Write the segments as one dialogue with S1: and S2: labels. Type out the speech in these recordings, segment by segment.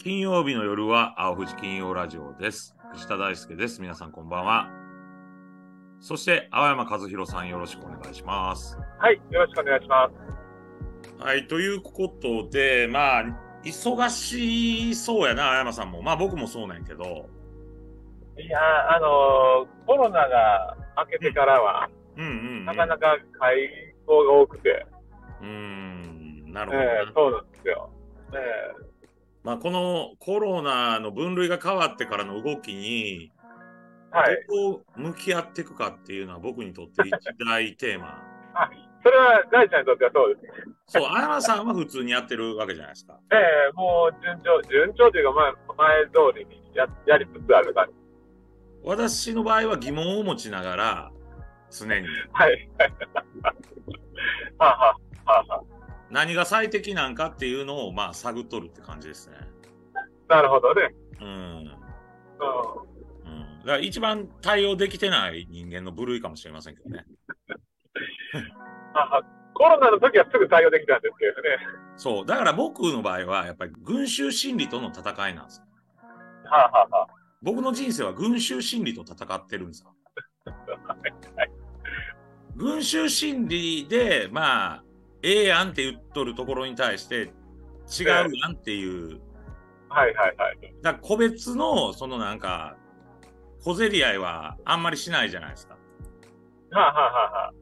S1: 金曜日の夜は青藤金曜ラジオです。藤田大輔です。皆さんこんばんは。そして青山和弘さんよろしくお願いします。
S2: はい、よろしくお願いします。
S1: はい、ということで、まあ、忙しそうやな、青山さんも。まあ僕もそうなんやけど。
S2: いやー、あのーコロナが明けてからは、
S1: うんうん、うん。
S2: なかなか会合が多くて、
S1: うーん、なるほ
S2: え
S1: どな、
S2: えそうなんですよ。え
S1: まあこのコロナの分類が変わってからの動きに、
S2: えはい。
S1: どう向き合っていくかっていうのは僕にとって一大テーマ。
S2: それは大ちゃんにとってはそうです。
S1: そう、青山さんは普通にやってるわけじゃないですか。
S2: ええもう順調、順調というか、まあ、前通りにややりつつある感じ。
S1: 私の場合は疑問を持ちながら、常に
S2: はい。 はあはあはあはあ
S1: 何が最適なんかっていうのをまあ探っとるって感じですね。
S2: なるほどね。
S1: うん。
S2: うん
S1: うん、だから一番対応できてない人間の部類かもしれませんけどね。
S2: はあはあコロナの時はすぐ対応できたんですけどね。
S1: そう。だから僕の場合はやっぱり群衆心理との戦いなんですよ。
S2: はあはあはあ
S1: 僕の人生は群衆心理と戦ってるんですよ。群衆心理で、まあ、ええやんって言っとるところに対して、違うやんっていう、
S2: はいはいはい。
S1: だから個別の、そのなんか、小競り合いはあんまりしないじゃないですか。
S2: はあはあはあはあ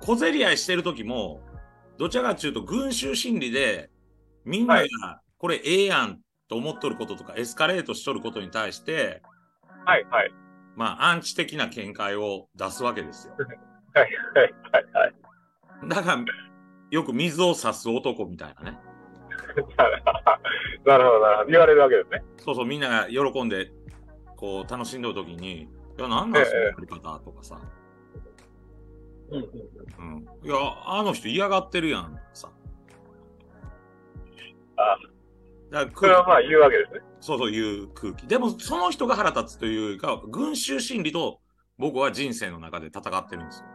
S1: 小競り合いしてる時も、どちらかというと群衆心理で、みんな
S2: はい
S1: がこれええやんと思っとることとか、エスカレートしとることに対して、
S2: はいはい。
S1: まあ、アンチ的な見解を出すわけです よ。
S2: はいはいはいはい。
S1: だから、よく水を差す男みたいなね。
S2: なるほど、なるほど。言われるわけですね。
S1: そうそう、みんなが喜んで、こう、楽しんどるときに、いや、なんなん
S2: ええ
S1: そのやり方とかさ、
S2: うんうん、
S1: うん。いや、あの人嫌がってるやん、さ。
S2: あ
S1: だ
S2: そ
S1: か
S2: れ
S1: ら
S2: はま
S1: 空
S2: あ
S1: 気、
S2: 言うわけですね。
S1: そうそういう空気。でも、その人が腹立つというか、群衆心理と僕は人生の中で戦ってるんですよ。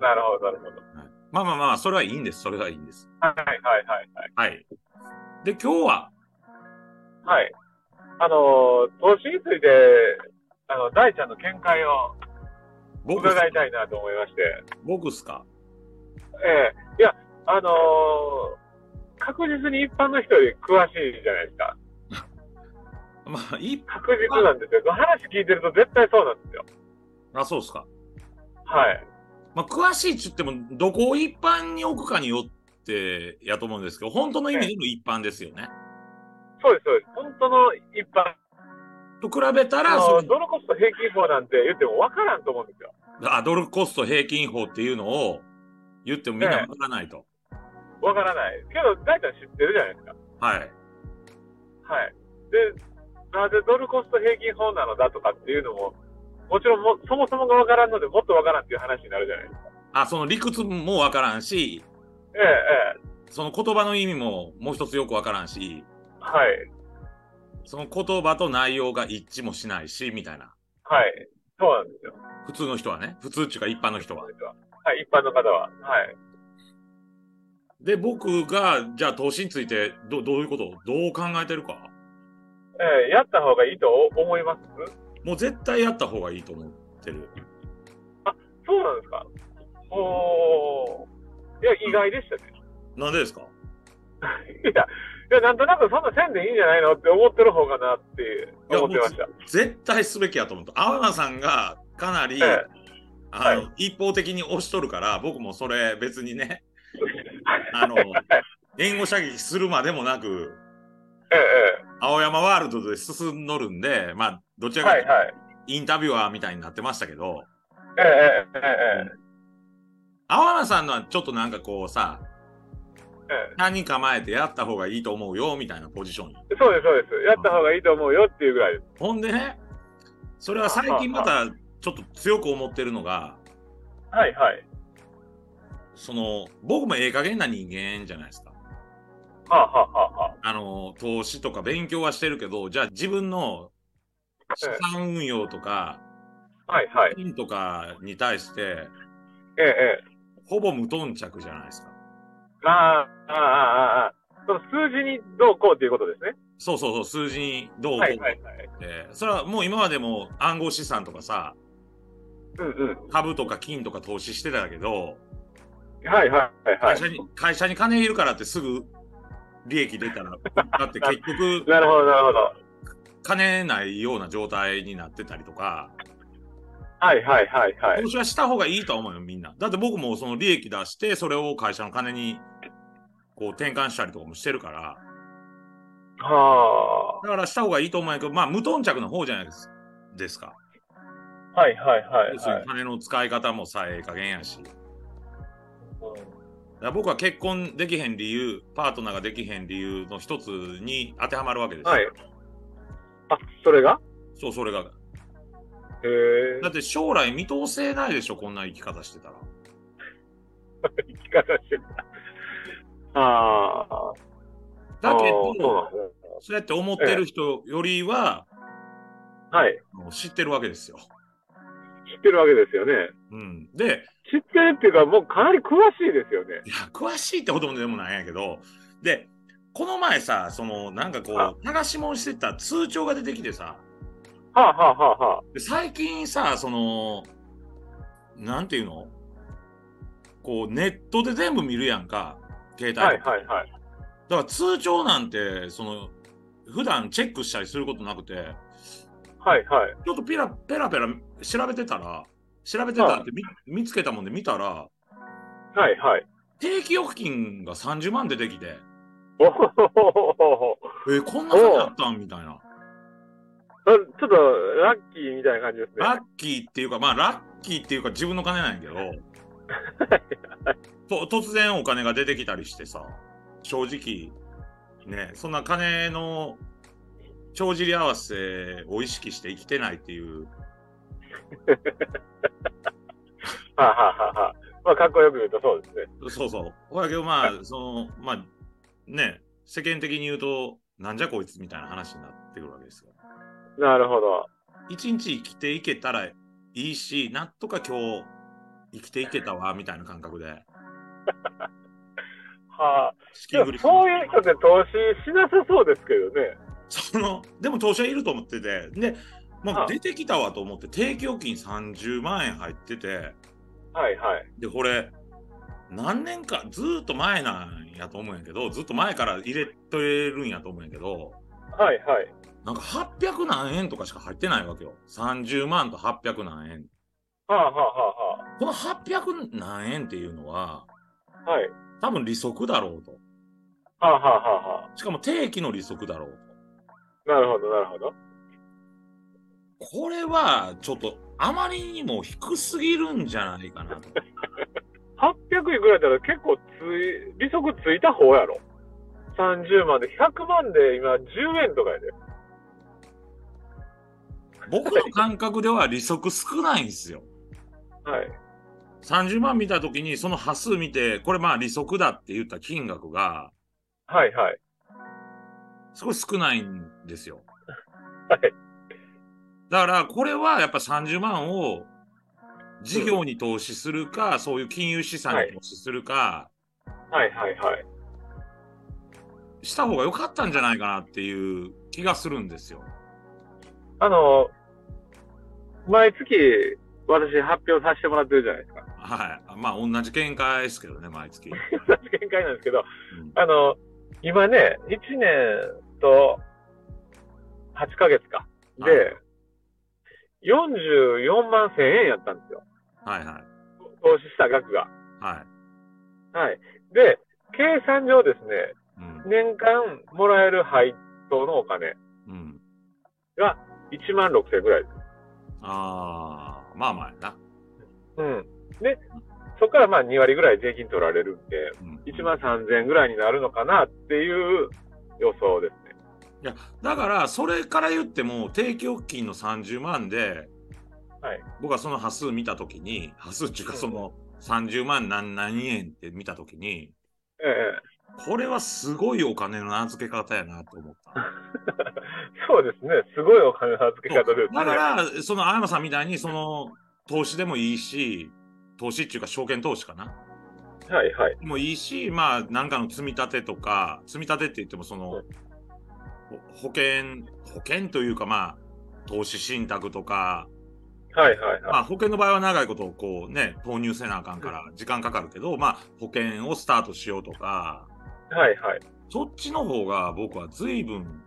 S2: なるほど、なるほど。
S1: はいまあまあまあ、それはいいんです。それはいいんです。
S2: はいはいはいはい。
S1: はい。で、今日は、
S2: はい。あのー、投資について、あの、大ちゃんの見解を
S1: 僕っす
S2: 伺いたいなと思いまして。
S1: 僕っすか
S2: ええいや、あのー確実に一般の人より詳しいじゃないですか。
S1: まあ、いい、
S2: 確実なんですよ。話聞いてると絶対そうなんですよ。
S1: あ、そうっすか。
S2: はい。
S1: まあ、詳しいっつっても、どこを一般に置くかによってやと思うんですけど、本当の意味での一般ですよね。
S2: そうです、そうです。本当の一般。
S1: と比べた
S2: あ
S1: ら、
S2: の
S1: そ
S2: ー、ド
S1: の
S2: ロコスト平均法なんて言っても分からんと思うんですよ。
S1: あドルコスト平均法っていうのを言ってもみんなわからないと。
S2: 分からない。けど、大ちゃん知ってるじゃないですか。
S1: はい。
S2: はい。で、なぜドルコスト平均法なのだとかっていうのも、もちろんもそもそもがわからんので、もっとわからんっていう話になるじゃないですか。
S1: あ、その理屈もわからんし、
S2: ええ、ええ。
S1: その言葉の意味ももう一つよくわからんし、
S2: はい。
S1: その言葉と内容が一致もしないし、みたいな。
S2: はい。そうなんですよ。
S1: 普通の人はね。普通っていうか一般の人は。
S2: はい、一般の方は。はい。
S1: で、僕が、じゃあ投資についてど、どういうことどう考えてるか
S2: ええ、やった方がいいと思います
S1: もう絶対やった方がいいと思ってる。
S2: そうなんですかおー。いや、意外でしたね。
S1: なんでですか
S2: いや、いやなんとなくそんなせんでいいんじゃないのって思ってる方かなって思ってました。
S1: 絶対すべきやと思った。青山さんがかなり、
S2: ええ
S1: あの
S2: は
S1: 一方的に押しとるから、僕もそれ別にね、 あの、援護射撃するまでもなく、
S2: ええ、
S1: 青山ワールドで進んどるんで、まあ、どち
S2: ええ。
S1: らかと
S2: は
S1: いう
S2: い、
S1: と
S2: はい。
S1: インタビュアーみたいになってましたけど、
S2: ええ、ええ、え
S1: 青山さんのはちょっとなんかこうさ、
S2: え、ええ。
S1: 何構えてやった方がいいと思うよ、みたいなポジションに。
S2: そうです、そうです。やった方がいいと思うよっていうぐらいです。
S1: ほんでね、それは最近またちょっと強く思ってるのが、
S2: はい、はい。
S1: その、僕もええ加減な人間じゃないですか。
S2: はあ、はあ、はあ、はあ。
S1: あの、投資とか勉強はしてるけど、じゃあ自分の資産運用とか、
S2: はい、はい。
S1: 金とかに対して、
S2: ええ、ええ。
S1: ほぼ無頓着じゃないですか。
S2: ああ、ああ、ああ、ああ。その数字にどうこうっていうことですね。
S1: そうそうそう、数字にどうこう
S2: はいはいはい。
S1: ってそれはもう今までも暗号資産とかさ、
S2: うんうん。
S1: 株とか金とか投資してたけど、
S2: はいはいはいは
S1: 会
S2: い。
S1: 社に、会社に金いるからってすぐ利益出たら、だって結局、
S2: なるほどなるほど。
S1: 金ないような状態になってたりとか、
S2: はいはいはいはい。
S1: 投資はした方がいいとは思うよ、みんな。だって僕もその利益出して、それを会社の金にこう転換したりとかもしてるから、
S2: は
S1: だからした方がいいと思うんやけど、まあ無頓着の方じゃないですですか。
S2: あ。はいはいはい
S1: 要する
S2: は
S1: に
S2: い。
S1: 金の使い方もさええ加減やし。だか
S2: う
S1: ら僕は結婚できへん理由、パートナーができへん理由の一つに当てはまるわけです
S2: ん
S1: よ。
S2: はい。あ、それが
S1: そう、それが。
S2: へえ
S1: だ。って将来見通せないでしょ、こんな生き方してたら。
S2: 生き方してた。 ああ。
S1: だけ
S2: ああそう
S1: ど、
S2: なんですね
S1: そうやって思ってる人よりは、
S2: はい。
S1: もう知ってるわけですよ。
S2: 知ってるわけですよね。
S1: うん。で、
S2: 知ってるっていうか、もうかなり詳しいですよね。
S1: いや、詳しいってほどでもないんやけど、で、この前さ、その、なんかこ
S2: あ
S1: う、探し物してた通帳が出てきてさ、
S2: はあはあはあはあ。
S1: で最近さ、その、なんていうのこう、ネットで全部見るやんか、携帯。
S2: はいはいはい。
S1: だから通帳なんて、その、普段チェックしたりすることなくて、
S2: はいはい。
S1: ちょっとペラペラペラ調べてたら、調べてたって見見つけたもんで見たら、
S2: はいはい。
S1: 定期預金が30万出てきて、
S2: おほほほほほ
S1: えこんな金あったんみたいな。
S2: あちょっとラッキーみたいな感じですね。
S1: ラッキーっていうか、まあ、ラッキーっていうか、自分の金なんやけど、と突然お金が出てきたりしてさ、正直、ね、そんな金の帳尻合わせを意識して生きてないっていう、
S2: はあ、はあはあはあ、まあ、かっこよく言うとそうですね。
S1: そうそう。ほやけど、まあ、その、まあ、ね、世間的に言うと、なんじゃこいつみたいな話になってくるわけですよ。
S2: なるほど。
S1: 一日生きていけたらいいし、なんとか今日生きていけたわ、みたいな感覚で。
S2: はあ、
S1: 資
S2: で
S1: 金繰
S2: も
S1: り
S2: そういう人って投資しなさそうですけどね。
S1: そのでも投資はいると思ってて、で、ま
S2: あ
S1: あ、
S2: あ
S1: 出てきたわと思って、定期預金30万円入ってて、
S2: はいはい。
S1: で、これ、何年か、ずーっと前なんやと思うんやけど、ずっと前から入れとれるんやと思うんやけど、
S2: はいはい。
S1: なんか800何円とかしか入ってないわけよ。30万と800何円。
S2: はあ、はあはあは
S1: この800何円っていうのは、
S2: あ、はい。
S1: 多分利息だろうと。
S2: はあ、はあはあはあ、
S1: しかも定期の利息だろうと。
S2: なるほどなるほど。
S1: これは、ちょっと、あまりにも低すぎるんじゃないかなと。
S2: 800いくらやったら結構つい、利息ついた方やろ。30万で、100万で今10円とかやで。
S1: 僕の感覚では利息少ないんですよ。
S2: はい。
S1: 30万見たときに、その端数見て、これまあ利息だって言った金額が、
S2: はいはい。
S1: すごい少ないんですよ。
S2: はい。
S1: だから、これはやっぱ30万を事業に投資するか、そういう金融資産に投資するか、
S2: はいはいはい。
S1: した方が良かったんじゃないかなっていう気がするんですよ。
S2: あの、毎月私発表させてもらってるじゃないですか。
S1: はい。まあ、同じ見解ですけどね、毎月。
S2: 同じ見解なんですけど、
S1: うん
S2: あの、今ね、1年と8ヶ月か。で、
S1: はい
S2: 44万1000円やったんですよ。
S1: はいはい。
S2: 投資した額が。
S1: はい。
S2: はい。で、計算上ですね、
S1: うん。
S2: 年間もらえる配当のお金、
S1: うん。
S2: 1万6000円ぐらいです。
S1: ああ、まあまあやな。
S2: うん。で、そこからまあ2割ぐらい税金取られるんで、
S1: うん
S2: 1万3000円ぐらいになるのかなっていう予想ですね。
S1: いや、だから、それから言っても、定期預金の30万で、
S2: はい
S1: 僕はその端数見たときに、端数っていうか、その30万何何円って見たときに、
S2: ええ。
S1: これはすごいお金の名付け方やなと思った。
S2: そうですね。すごいお金の預け方ですね。
S1: だから、その青山さんみたいに、その投資でもいいし、投資っていうか、証券投資かな。
S2: はいはい。
S1: もいいし、まあ、なんかの積み立てとか、積み立てって言っても、その、
S2: うん
S1: ほ保険、保険というか、まあ、投資信託とか、
S2: はいはい
S1: ま
S2: は
S1: あ、保険の場合は長いこと、こうね、投入せなあかんから、時間かかるけど、まあ、保険をスタートしようとか、
S2: い。はいはい。
S1: そっちの方が僕は随分、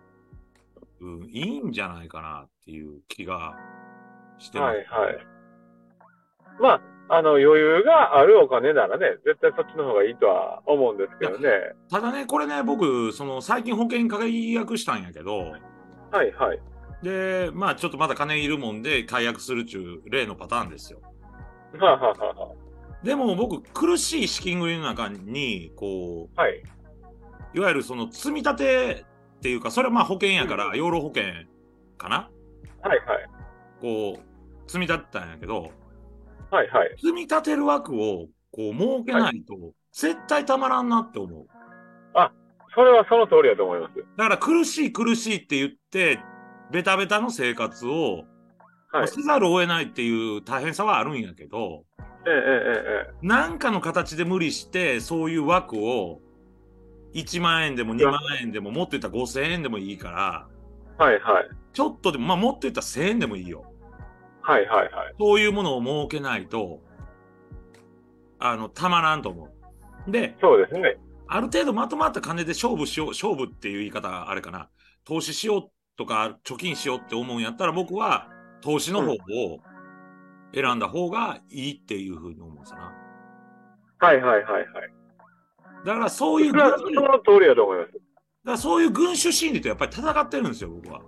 S1: うん、いいんじゃないかなっていう気がしてま
S2: は
S1: す。
S2: いはい。まあ、あの、余裕があるお金ならね、絶対そっちの方がいいとは思うんですけどね。
S1: ただね、これね、僕、その、最近保険解約したんやけど、
S2: はいはい。
S1: で、まあちょっとまだ金いるもんで解約するっちゅう例のパターンですよ。
S2: はあ、はあはあは
S1: でも僕、苦しい資金繰りの中に、こ
S2: あ、はい。
S1: う、いわゆるその積み立てっていうか、それはまあ保険やから、養老保険かな
S2: はいはい。
S1: こう、積み立てたんやけど、
S2: はいはい。
S1: 積み立てる枠を、こう、設けないと、絶対たまらんなって思う。
S2: それはその通りだと思います。
S1: だから苦しい苦しいって言って、ベタベタの生活を、まあ
S2: はい。
S1: せざるを得ないっていう大変さはあるんやけど、
S2: えええええ
S1: なんかの形で無理して、そういう枠を、1万円でも2万円でも、もっと言ったら5000円でもいいから、
S2: え。はいはい。
S1: ちょっとでも、まあ、もっと言ったら1000円でもいいよ。
S2: はいはいはい。
S1: そういうものを設けないと、あの、たまらんと思う。で、
S2: そうですね。
S1: ある程度まとまった金で勝負しよう、勝負っていう言い方あれかな。投資しようとか、貯金しようって思うんやったら、僕は投資の方を選んだ方がいいっていうふうに思うんですよな。
S2: はいはいはいはい。
S1: だからそういう
S2: それは
S1: 軍
S2: そ
S1: 事
S2: の通りだと思います。
S1: だからそういう群衆心理とやっぱり戦ってるんですよ、僕は。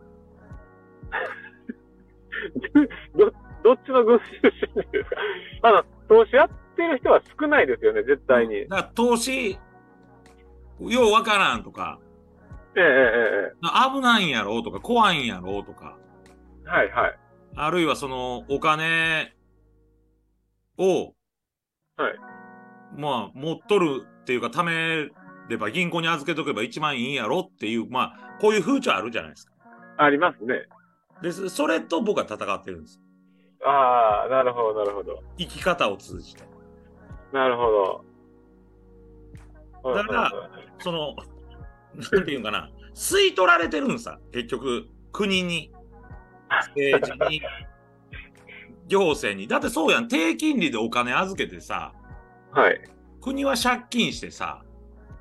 S2: どどっちの軍事主義ですか あの、投資やってる人は少ないですよね、絶対に。え
S1: だから投資、ようわからんとか、
S2: ええええ
S1: 危ないんやろうとか、怖いんやろうとか、
S2: え。はいはい。
S1: あるいはそのお金を、
S2: はい
S1: まあ、持っとるっていうか、貯めれば銀行に預けとけば一番いいんやろっていう、まあ、こういう風潮あるじゃないですか。
S2: ありますね。
S1: で、そそれと僕は戦ってるんです。
S2: ああ、なるほど、なるほど。
S1: 生き方を通じて。
S2: なるほど。
S1: だからその、なんていうんかな、吸い取られてるんさ、結局、国に、政治に、行政に。だってそうやん、低金利でお金預けてさ、
S2: はい。
S1: 国は借金してさ、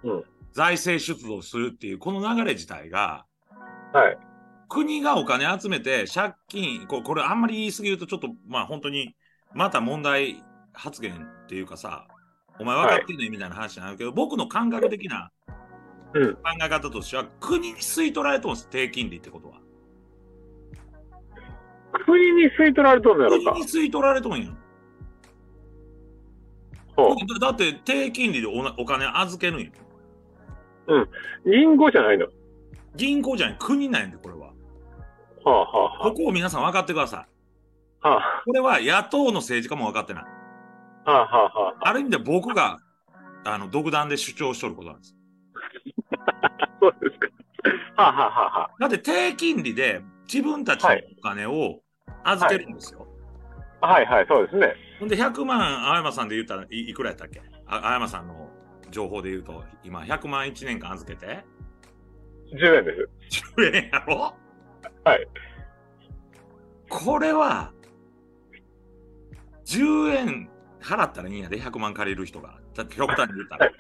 S2: うん
S1: 財政出動するっていう、この流れ自体が、
S2: はい。
S1: 国がお金集めて、借金、ここれあんまり言い過ぎると、ちょっと、まあ本当に、また問題発言っていうかさ、お前分かってんねみたいな話になるけど、僕の感覚的な
S2: うん
S1: 考え方としては、国に吸い取られとんです、低金利ってことは。
S2: 国に吸い取られとんのやろ
S1: 国
S2: か
S1: に。吸い取られとんやん。
S2: ほ
S1: だだって、低金利でおなお金預けるんやん。
S2: う。銀行じゃないの。
S1: 銀行じゃない、国なんやで、これは。
S2: はあ
S1: こ
S2: は
S1: こを皆さん分かってください。
S2: あは
S1: これは野党の政治家も分かってない。
S2: あ。はあはあはあはあ。
S1: ある意味で僕が、あの、独断で主張しとることなんです。
S2: そうですか。はあはあはあは
S1: だって低金利で自分たちのお金を預けるんですよ。
S2: あ。はいはい、そうですね。
S1: ほんで100万、青山さんで言ったらいいくらやったっけあ青山さんの情報で言うと、今100万1年間預けて、
S2: 10円です。
S1: 10円やろ
S2: はい。
S1: これは、10円払ったらいいんやで、100万借りる人が。だって極端に言ったら。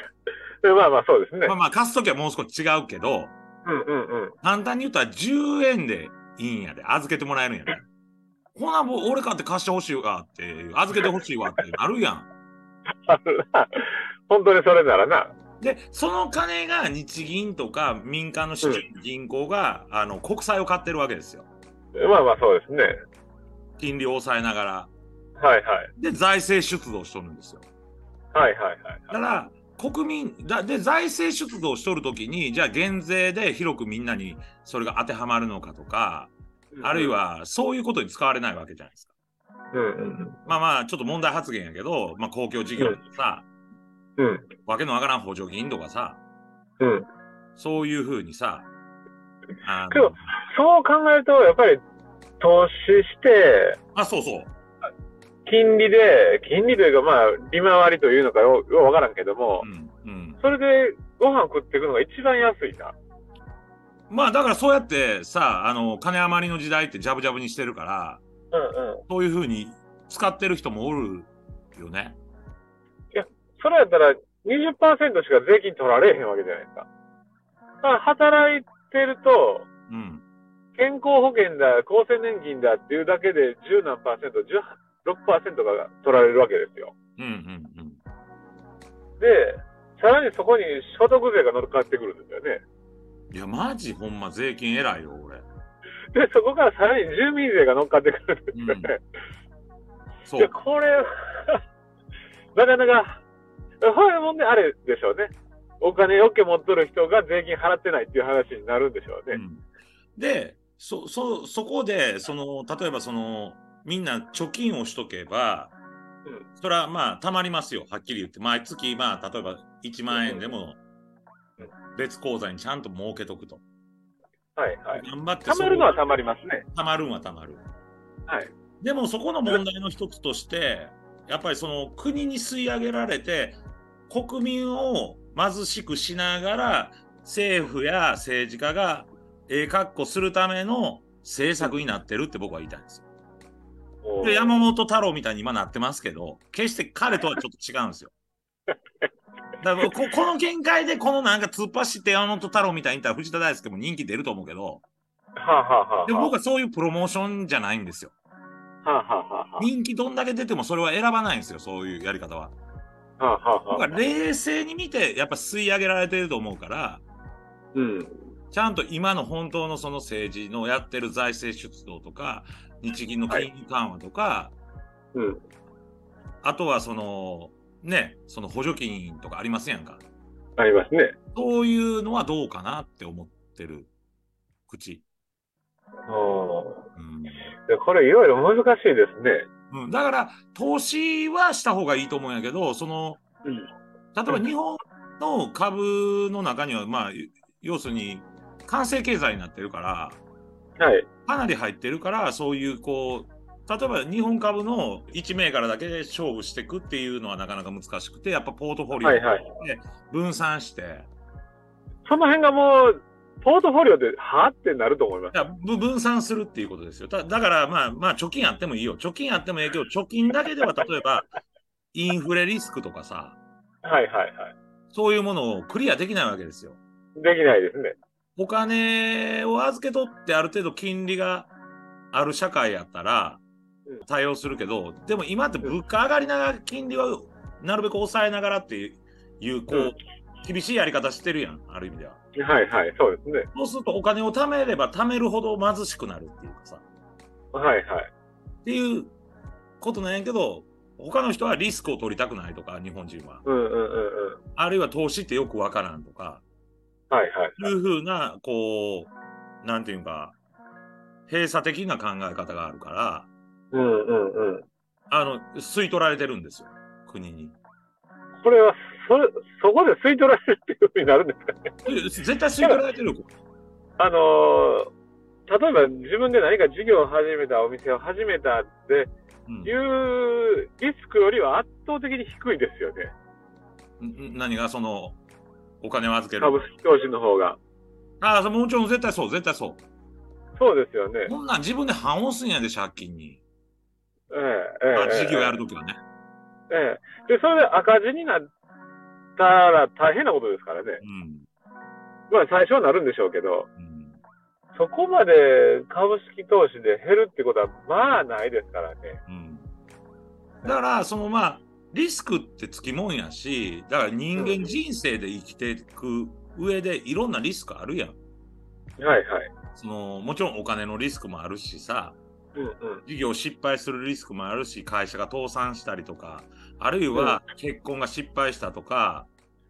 S2: でまあまあ、そうですね
S1: まあ。まあ、貸すときはもう少し違うけど、
S2: うんうん うん。
S1: 簡単に言ったら10円でいいんやで、預けてもらえるんやで。ほな、もう俺かって貸してほしいわっていう、預けてほしいわってなるやん。
S2: あるな本当にそれならな。
S1: で、その金が日銀とか民間の市中銀行が、あの国債を買ってるわけですよ。
S2: まあまあ、そうですね。
S1: 金利を抑えながら。
S2: はいはい。
S1: で、財政出動しとるんですよ。
S2: はいはいはい。
S1: だから、国民だ、で、財政出動しとるときに、じゃあ減税で広くみんなにそれが当てはまるのかとか、あるい。はそういうことに使われないわけじゃないですか。
S2: うんうん
S1: まあまあ、ちょっと問題発言やけど、まあ公共事業とかさ、
S2: うん。うん
S1: わけのわからん補助金とかさ、
S2: うん。
S1: そういうふうにさ、あ
S2: けどそう考えると、やっぱり投資して、
S1: あ、そうそう。
S2: 金利で、金利というか、まあ、利回りというのかよ、ようわからんけども
S1: う、んうん、
S2: それでご飯食っていくのが一番安いな。
S1: まあだからそうやってさあの金余りの時代ってジャブジャブにしてるから
S2: うんうん。
S1: そういうふうに使ってる人もおるよね
S2: それやったら20%しか税金取られへんわけじゃないですか。だから働いてると、
S1: うん
S2: 健康保険だ、厚生年金だっていうだけで10何パーセント、16%が取られるわけですよ。
S1: うんうんうん
S2: で、さらにそこに所得税が乗っかってくるんですよね。
S1: いやマジほんま税金偉いよ俺
S2: で、そこからさらに住民税が乗っかってくるん ですよね。
S1: そ
S2: いや、
S1: う
S2: これは、なかなか、そういうもんであれでしょうね。お金よけ持っとる人が税金払ってないっていう話になるんでしょう
S1: う
S2: ね。
S1: んでそそそこでその例えばそのみんな貯金をしとけば、
S2: うん
S1: それはまあたまりますよはっきり言って毎月まあ例えば1万円でも
S2: うんうん
S1: 別口座にちゃんと儲けとくと、
S2: はいはい。
S1: 頑張って
S2: 貯まるのは貯まりますね。
S1: たまるんはたまる
S2: はい。
S1: でもそこの問題の一つとしてやっぱりその国に吸い上げられて国民を貧しくしながら政府や政治家がええ格好するための政策になってるって僕は言いたいんですよ。
S2: おー
S1: で山本太郎みたいに今なってますけど決して彼とはちょっと違うんですよ。だからここの見解でこのなんか突っ走って山本太郎みたいに言ったら藤田大輔も人気出ると思うけど
S2: はあ、はあはあ、
S1: でも僕はそういうプロモーションじゃないんですよ。
S2: はあはあはあは
S1: 人気どんだけ出てもそれは選ばないんですよ、そういうやり方は。
S2: あはあはあ
S1: 僕
S2: は
S1: は
S2: あ。
S1: 冷静に見て、やっぱ吸い上げられてると思うから、
S2: うん。
S1: ちゃんと今の本当のその政治のやってる財政出動とか、日銀の金融緩和とか、
S2: うん。
S1: あとはその、ね、その補助金とかありますやんか。
S2: ありますね。
S1: そういうのはどうかなって思ってる口。
S2: お
S1: うん
S2: ーでこれいろいろ難しいですね。
S1: うん、だから、投資はした方がいいと思うんやけど、その、
S2: うん。
S1: 例えば日本の株の中には、まあ、要するに完成経済になってるから、
S2: はい。
S1: かなり入ってるから、そういうこう、例えば日本株の1銘柄だけで勝負していくっていうのはなかなか難しくて、やっぱポートフォリオ
S2: はいはい。
S1: 分散して、い
S2: その辺がもう、ポートフォリオで、はあってなると思います。
S1: やぶ分散するっていうことですよ。だだから、まあ、まあ、貯金あってもいいよ。貯金あってもええけど、貯金だけでは例えば、インフレリスクとかさ、
S2: はいはいは
S1: そういうものをクリアできないわけですよ。
S2: い。できないですね。
S1: お金を預け取ってある程度金利がある社会やったら
S2: うん
S1: 対応するけど、でも今って物価上がりながら金利はなるべく抑えながらっていう、こ
S2: う
S1: う、厳しいやり方してるやん、ある意味では。
S2: はいはい。そうですね。
S1: そうするとお金を貯めれば貯めるほど貧しくなるっていうかさ、
S2: はいはい。
S1: っていうことなんやけど、他の人はリスクを取りたくないとか、日本人は。
S2: うんうんうんうん。
S1: あるいは投資ってよくわからんとか、
S2: はいはい。
S1: いうふうな、こう、なんていうか、閉鎖的な考え方があるから、
S2: うんうんうん。
S1: あの、吸い取られてるんですよ、国に。
S2: これは、それ、そこで吸い取られるっていうふうになるんですか
S1: いや絶対吸い取られてるよ。
S2: あのー例えば自分で何か事業を始めた、お店を始めたって
S1: うん
S2: い、うリスクよりは圧倒的に低いですよね。
S1: んん何がその、お金を預ける。
S2: 株式投資の方が。
S1: ああ、そうもちろん絶対そう、絶対そ
S2: そうですよね
S1: う。。こんなん自分で反応すんやで、借金に。
S2: えええ
S1: あ
S2: え
S1: 事業やるときはね。
S2: ええで、それで赤字になったら大変なことですからね。
S1: うん。
S2: まあ最初はなるんでしょうけど、
S1: うん
S2: そこまで株式投資で減るってことはまあないですからね。
S1: うんだから、そのまあ、リスクってつきもんやし、だから人間人生で生きていく上でいろんなリスクあるやん。
S2: はいはい。
S1: そのもちろんお金のリスクもあるしさ
S2: うんうん。
S1: 事業失敗するリスクもあるし会社が倒産したりとかあるいは結婚が失敗したとか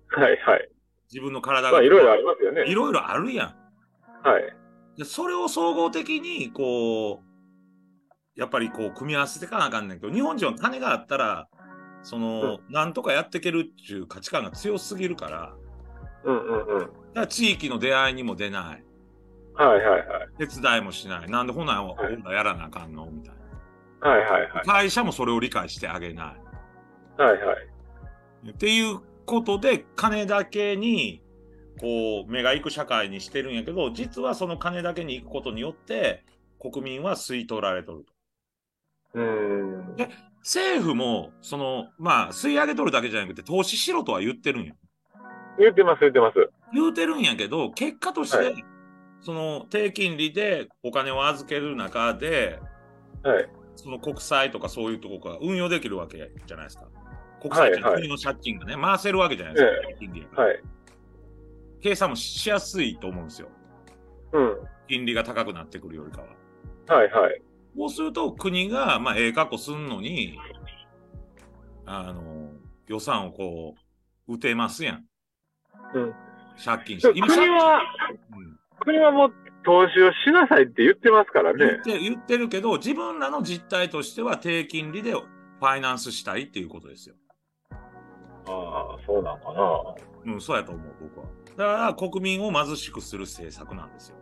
S2: はいはい。
S1: 自分の体
S2: ま
S1: が
S2: あいろいろありますよね。
S1: いろいろあるや
S2: はい。
S1: んでそれを総合的にこうやっぱりこう組み合わせてかなあかんねんけど日本人は金があったらその、なんとかやっていけるっていう価値観が強すぎるから
S2: うんうんうん。はい
S1: だから地域の出会いにも出ない
S2: はいはい。
S1: 手伝いもしないなんでほな俺らやらなあかんのみたいな
S2: はいはいはい。
S1: 会社もそれを理解してあげな
S2: はいはい。
S1: い。っていうことで、金だけに、こう、目が行く社会にしてるんやけど、実はその金だけに行くことによって、国民は吸い取られとると。
S2: うーん。
S1: 政府も、その、まあ、吸い上げとるだけじゃなくて、投資しろとは言ってるんや。
S2: 言ってます言ってます。
S1: 言うてるんやけど、結果として、
S2: は
S1: その低金利でお金を預ける中で、
S2: はい。
S1: その国債とかそういうとこが運用できるわけじゃないですか。国債って
S2: はいはい
S1: 国の借金がね、回せるわけじゃないですか、低金利やから
S2: はい。
S1: 計算もしやすいと思うんですよ。
S2: うん。
S1: 金利が高くなってくるよりかは。
S2: はいはい。
S1: そうすると国が、まあ、ええ格好すんのに、あの、予算をこう、打てますやん。
S2: うん
S1: 借金し
S2: で
S1: て。
S2: も国は、
S1: うん
S2: 国はもう投資をしなさいって言ってますから
S1: 言
S2: ね
S1: っ。て言ってるけど、自分らの実態としては低金利でファイナンスしたいっていうことですよ。
S2: ああ、そうなんかな。
S1: うん、そうやと思う、僕は。だから国民を貧しくする政策なんですよ。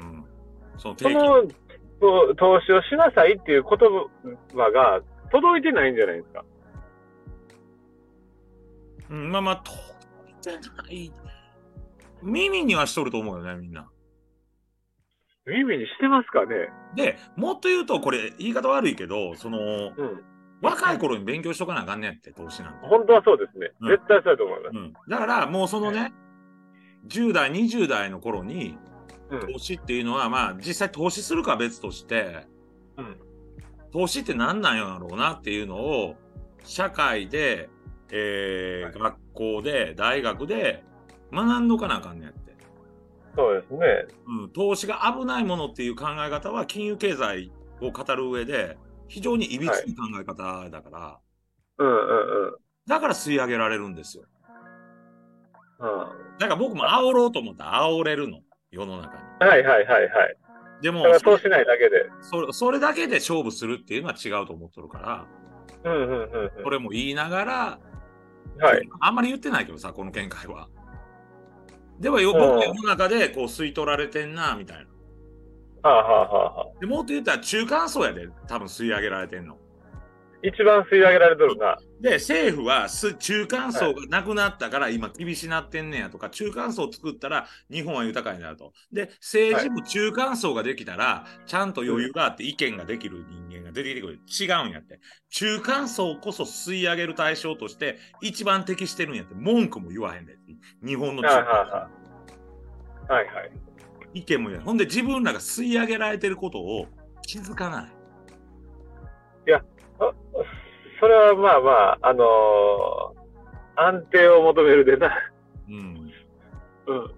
S2: うん
S1: うん。その低
S2: そ
S1: 金利。
S2: のと投資をしなさいっていう言葉が届いてないんじゃないですか。
S1: うん、まあまあ、とってない。耳にはしとると思うよね、みんな。
S2: 耳にしてますかね。
S1: で、もっと言うと、これ、言い方悪いけど、その、
S2: うん。
S1: 若い頃に勉強しとかなあかんねんって、投資なんて。
S2: 本当はそうですね。
S1: うん
S2: 絶対そうだと思います。
S1: うん。だから、もうそのね、10代、20代の頃に、
S2: うん。
S1: 投資っていうのは、まあ、実際投資するかは別として、
S2: うん。
S1: 投資って何なんやろうなっていうのを、社会で、えー学校で、大学で学んどかなあかんねやって。
S2: そうですね。
S1: うん、投資が危ないものっていう考え方は、金融経済を語る上で、非常にいびつい考え方だから、
S2: うんうんうん。
S1: だから吸い上げられるんですよ。
S2: うん
S1: だから僕も煽ろうと思ったら煽れるの、世の中に。
S2: はいはいはいはい。
S1: でも
S2: だから投資ないだけで。
S1: それ、それだけで勝負するっていうのは違うと思っとるから、
S2: うんうんうんうん。
S1: それも言いながら、
S2: はい。
S1: あんまり言ってないけどさ、この見解は。ではよ、
S2: うん
S1: 僕は世の中でこう吸い取られてんな、みたいな。
S2: はあはあはあはあ。
S1: でもっと言ったら中間層やで、多分吸い上げられてんの。
S2: 一番吸い上げられとるな。
S1: で、政府はす中間層がなくなったから今厳しなってんねやとか、中間層作ったら日本は豊かになると。で、政治も中間層ができたら、ちゃんと余裕があって意見ができる人間が出てきてくる。違うんやって。中間層こそ吸い上げる対象として一番適してるんやって。文句も言わへんで。日本の中
S2: はいはいは
S1: 間
S2: はいはい。
S1: 層。意見も言わへん。ほんで自分らが吸い上げられてることを気づかない。
S2: あそれはまあまあ、あのー安定を求めるでな。
S1: うん。
S2: うん。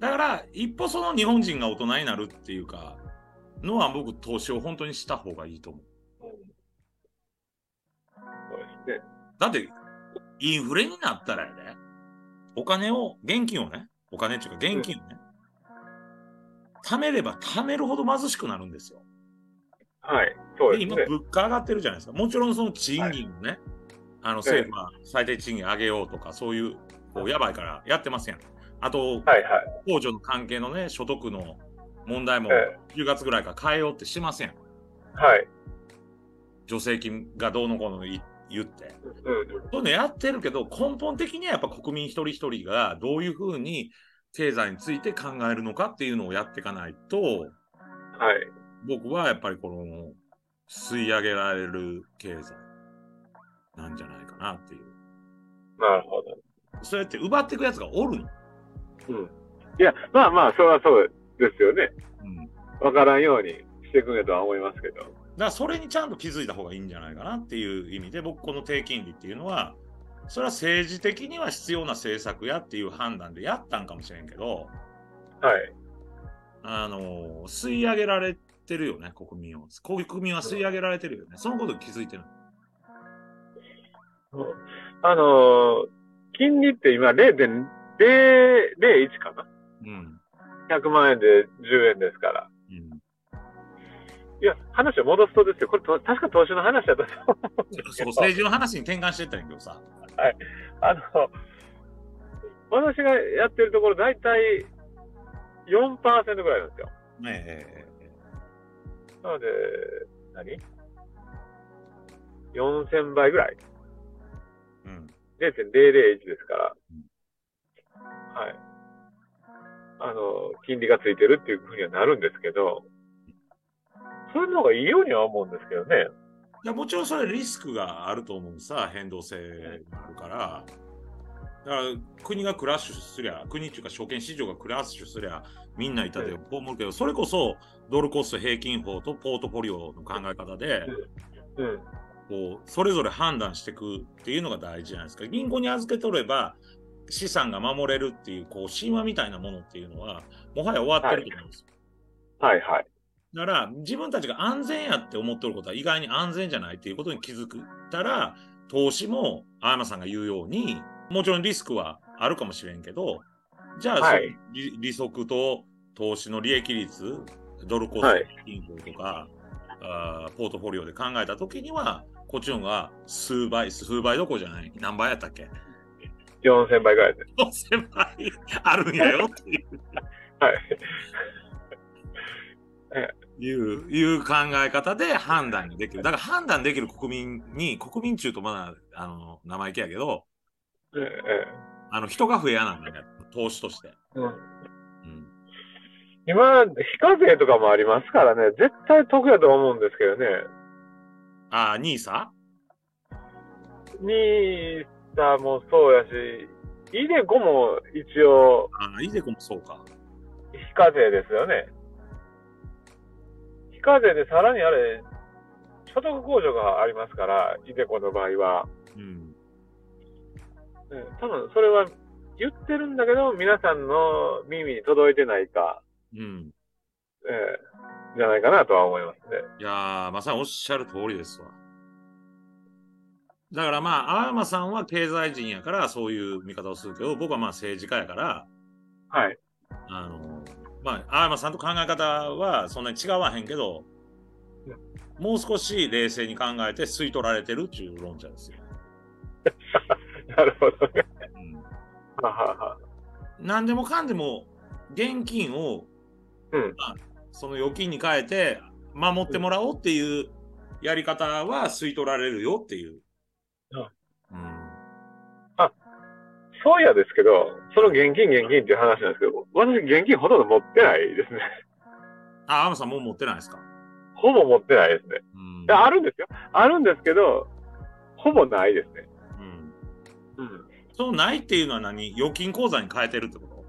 S1: だから、一歩その日本人が大人になるっていうか、のは僕、投資を本当にした方がいいと思う。
S2: そうですね。
S1: だって、インフレになったらやね、お金を、現金をね、お金っていうか現金をね、貯めれば貯めるほど貧しくなるんですよ。
S2: はい。そう
S1: で、
S2: です
S1: 今、
S2: ね。
S1: 物価上がってるじゃないですか。もちろんその賃金もね、あの、政府は最低賃金上げようとか、そういう、こう、やばいからやってません。あと、
S2: はいはい。
S1: 控除の関係のね、所得の問題も
S2: え
S1: 10月ぐらいから変えようってしてません。
S2: はい。
S1: 助成金がどうのこうのい言って。
S2: うん。
S1: そういうのやってるけど、根本的にはやっぱ国民一人一人がどういうふうに経済について考えるのかっていうのをやっていかないと、
S2: はい。
S1: 僕はやっぱりこの吸い上げられる経済なんじゃないかなっていう。
S2: なるほど。
S1: そうやって奪っていくやつがおるの。
S2: うん。いや、まあまあ、それはそうですよね。
S1: うん。だ
S2: わからんようにしてくれとは思いますけど。
S1: からそれにちゃんと気づいた方がいいんじゃないかなっていう意味で、僕この低金利っていうのは、それは政治的には必要な政策やっていう判断でやったんかもしれんけど、
S2: はい。
S1: あのー吸い上げられてるよね、国民を。国民は吸い上げられてるよね。そのことに気づいてる。
S2: あのー金利って今0.001かな
S1: うん。
S2: 100万円で10円ですから。
S1: うん、
S2: いや、話を戻すとですよ。これと、確か投資の話だったと思うんです
S1: そ
S2: けど。
S1: う、政治の話に転換してったんやけどさ。
S2: あの、私がやってるところ、だいたい4%ぐらいなんですよ。
S1: ねええええ
S2: なので、何 ?4000 倍ぐらい
S1: うん。
S2: 0.001ですから、はい。あの、金利がついてるっていうふうにはなるんですけど、それの方がいいようには思うんですけどね。
S1: いやもちろんそれリスクがあると思うさ、変動性があるから。だから国がクラッシュすりゃ、国っていうか証券市場がクラッシュすりゃ、みんな痛手を被るけど、それこそドルコスト平均法とポートフォリオの考え方で、
S2: うん。
S1: こうそれぞれ判断していくっていうのが大事じゃないですか。銀行に預けとれば資産が守れるっていうこう神話みたいなものっていうのはもはや終わってると思うんですよ。
S2: はいはい。
S1: だから自分たちが安全やって思ってることは意外に安全じゃないっていうことに気づくたら投資も青山さんが言うようにもちろんリスクはあるかもしれんけどじゃあ、
S2: はい
S1: その利利息と投資の利益率ドルコス
S2: は
S1: ト
S2: い
S1: 金庫とか、あーポートフォリオで考えた時にはこっちの方が数倍数倍どころじゃない何倍やったっけ
S2: 4000倍ぐら いです。
S1: 4000倍あるんやよっていう。
S2: はい。
S1: いう、 いう考え方で判断ができる。だから判断できる国民に、国民中とまだ、あの、生意気やけど、
S2: ええ
S1: あの、人が増えやなんだね。投資として。
S2: ええうん
S1: うん。
S2: 今、非課税とかもありますからね、絶対得やと思うんですけどね。
S1: ああ、ニーサ
S2: ニーサもそうやし、イデコも一応
S1: ああ、イデコもそうか。
S2: 非課税ですよね。非課税でさらにあれ、所得控除がありますから、イデコの場合は。
S1: うん。
S2: うん多分それは言ってるんだけど、皆さんの耳に届いてないか、
S1: うん。
S2: ええじゃないかなとは思いますね。
S1: いやー、まさにおっしゃる通りですわ。だからまあ、青山さんは経済人やから、そういう見方をするけど、僕はまあ政治家やから、
S2: はい。
S1: あの、まあ、青山さんと考え方はそんなに違わへんけど、もう少し冷静に考えて吸い取られてるっていう論者ですよ。
S2: なるほどね。
S1: う
S2: ははは。
S1: ん、何でもかんでも現金を、
S2: うん
S1: まあ、その預金に変えて守ってもらおうっていうやり方は吸い取られるよっていう。
S2: あ
S1: うん
S2: そういやですけど、その現金現金っていう話なんですけど、私現金ほとんど持ってないですね。
S1: あ、青山さんもう持ってないですか、
S2: ほぼ持ってないですね。
S1: うん
S2: いやあるんですよ。あるんですけど、ほぼないですね。
S1: うん、
S2: うん。
S1: そのないっていうのは何預金口座に変えてるってこと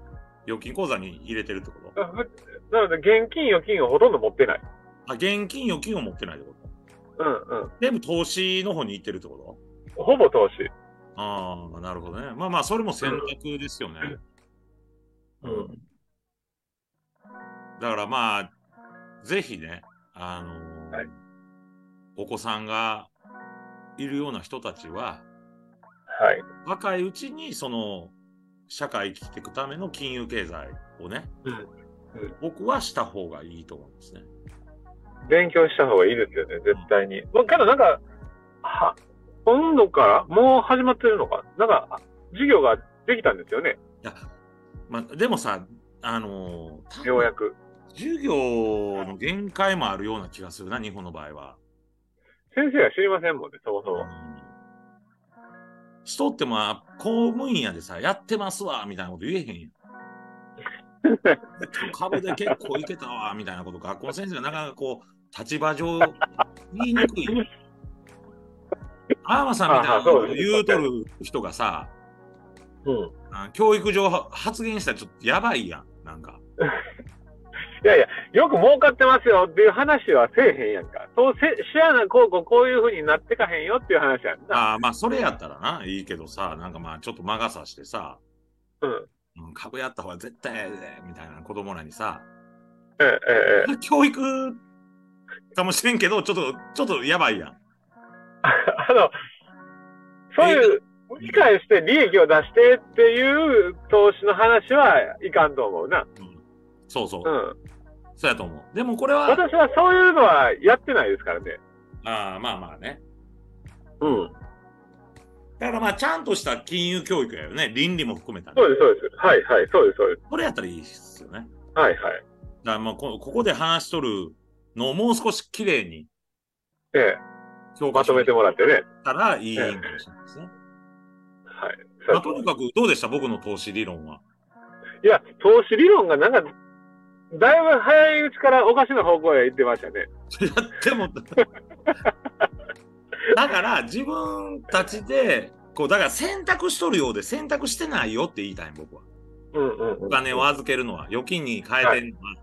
S1: 預金口座に入れてるってこと
S2: なので、現金、預金をほとんど持ってない。
S1: あ、現金、預金を持ってないってこと
S2: うんうん。
S1: 全部投資の方に行ってるってこと
S2: ほぼ投資。
S1: ああ、なるほどね。まあまあ、それも選択ですよね。う
S2: う
S1: ん
S2: ん。
S1: だからまあ、ぜひね、あのー
S2: はい
S1: お子さんがいるような人たちは、
S2: はい。
S1: 若いうちに、その、社会生きていくための金融経済をね、
S2: うんう
S1: 僕はした方がいいと思うんですね。
S2: 勉強した方がいいですよね、絶対に。まあ、けどなんか、は、今度から、もう始まってるのか。なんか、あ授業ができたんですよね、
S1: いや、まあ、でもさ、あのー多分
S2: ようやく。
S1: 授業の限界もあるような気がするな、日本の場合は。
S2: 先生は知りませんもんね、そもそも。
S1: 人ってまあ、公務員やでさ、やってますわ、みたいなこと言えへんやん。株で結構いけたわ、みたいなこと、学校の先生がなかなかこう、立場上、言いにくい。青山さんみたいなこと言うとる人がさ、
S2: うん。
S1: あ教育上発言したらちょっとやばいやん、なんか。
S2: いやいや、よく儲かってますよっていう話はせえへんやんか。そうせ、知らな、こうこう、こういうふうになってかへんよっていう話やんな。
S1: あーまあ、それやったらな、いいけどさ、なんかまあ、ちょっと魔がさしてさ、
S2: うん。
S1: うん、株やった方が絶対ええで、みたいな子供らにさ、
S2: ええ、ええええ、
S1: 教育かもしれんけど、ちょっと、ちょっとやばいやん。
S2: あの、そういう、理解して利益を出してっていう投資の話はいかんと思うな。
S1: うんそうそう、
S2: うん。
S1: そうやと思う。でもこれは、
S2: 私はそういうのはやってないですからね。
S1: ああまあまあね。
S2: うん。
S1: だからまあ、ちゃんとした金融教育やよね。倫理も含めたね、
S2: そうです、そうです。はい、はい、そうです、そうです。
S1: これやったらいいっすよね。
S2: はい、はい。
S1: だからもうこ、ここで話しとるのをもう少し綺麗に
S2: ええ、
S1: 評価
S2: ま
S1: して
S2: とめてもらってね。
S1: たらいいかもしれないですね。
S2: はい。
S1: まあ、とにかくどうでした僕の投資理論は。
S2: いや、投資理論がなんか、だいぶ早いうちからおかしな方向へ行ってましたね。
S1: いやでも だから自分たちでこうだから選択しとるようで選択してないよって言いたい僕は
S2: うんうん、うん。
S1: お金を預けるのは預金に変えてるのは、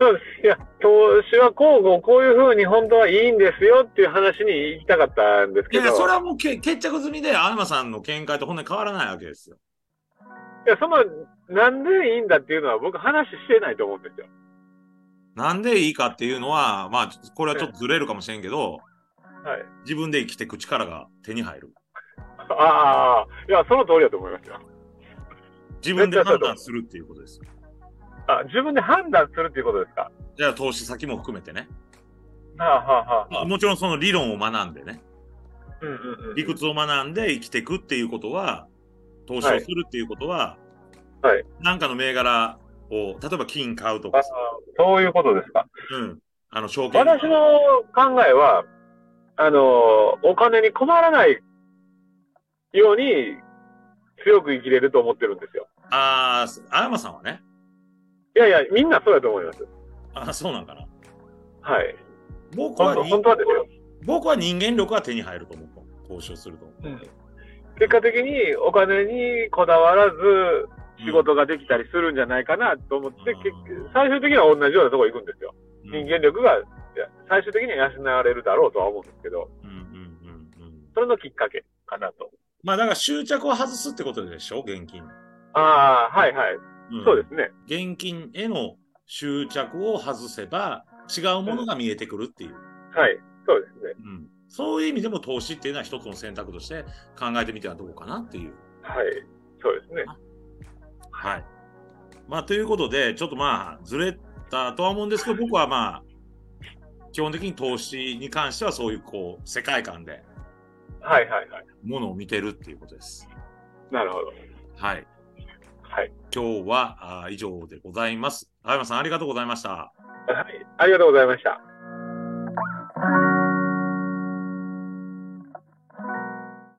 S2: そうです。いや、投資はこうこうこういうふうに本当はいいんですよっていう話に行きたかったんです
S1: い、
S2: け
S1: や
S2: ど。
S1: いやそれはもうけ決着済みで東さんの見解と本当に変わらないわけですよ
S2: いや、その、なんでいいんだっていうのは僕話してないと思うんですよ。
S1: なんでいいかっていうのはまあちょっとこれはちょっとずれるかもしれんけど、
S2: はい
S1: 自分で生きていく力が手に入る
S2: ああ、いや、その通りだと思いますよ。
S1: 自分で判断するっていうことですよ
S2: あ、自分で判断するっていうことですか
S1: じゃあ投資先も含めてね
S2: はあ、はあはあ、
S1: もちろんその理論を学んでね
S2: うんうんうん。
S1: 理屈を学んで生きていくっていうことは、投資をするっていうことは、
S2: はい
S1: なんかの銘柄を、例えば金買うと
S2: あ
S1: か
S2: あ、そういうことですか。
S1: うん、あの証券
S2: 私の考えは、あの、お金に困らないように強く生きれると思ってるんですよ。
S1: あーあ、青山さんはね、
S2: いやいや、みんなそうだと思います。
S1: あーそうなんかな。
S2: はい。
S1: 僕は
S2: 本当
S1: 人
S2: 本当はですよ。
S1: 僕は人間力は手に入ると思う。投資をすると思う。
S2: 結果的にお金にこだわらず、仕事
S1: が
S2: ができたりするんじゃないかなと思って、
S1: うん
S2: 結局最終的には同じようなとこ行くんですよ。人間力がいや最終的には養われるだろうとは思うんですけど、
S1: うんうんうんうん。
S2: それのきっかけかなと。
S1: まあだから執着を外すってことでしょ、現金。
S2: ああ、はいはい。
S1: うん
S2: そうですね。
S1: 現金への執着を外せば、違うものが見えてくるっていう。
S2: はい。そうですね。
S1: うん、そういう意味でも投資っていうのは一つの選択として考えてみてはどうかなっていう。
S2: はい。そうですね。
S1: はい。まあ、ということで、ちょっとまあ、ずれたとは思うんですけど、僕はまあ、基本的に投資に関してはそういうこう、世界観で
S2: はいはいはい。
S1: ものを見てるっていうことです。
S2: なるほど。
S1: はい。
S2: はい。
S1: 今日はあー以上でございます。青山さん、ありがとうございました。
S2: はい。ありがとうございました。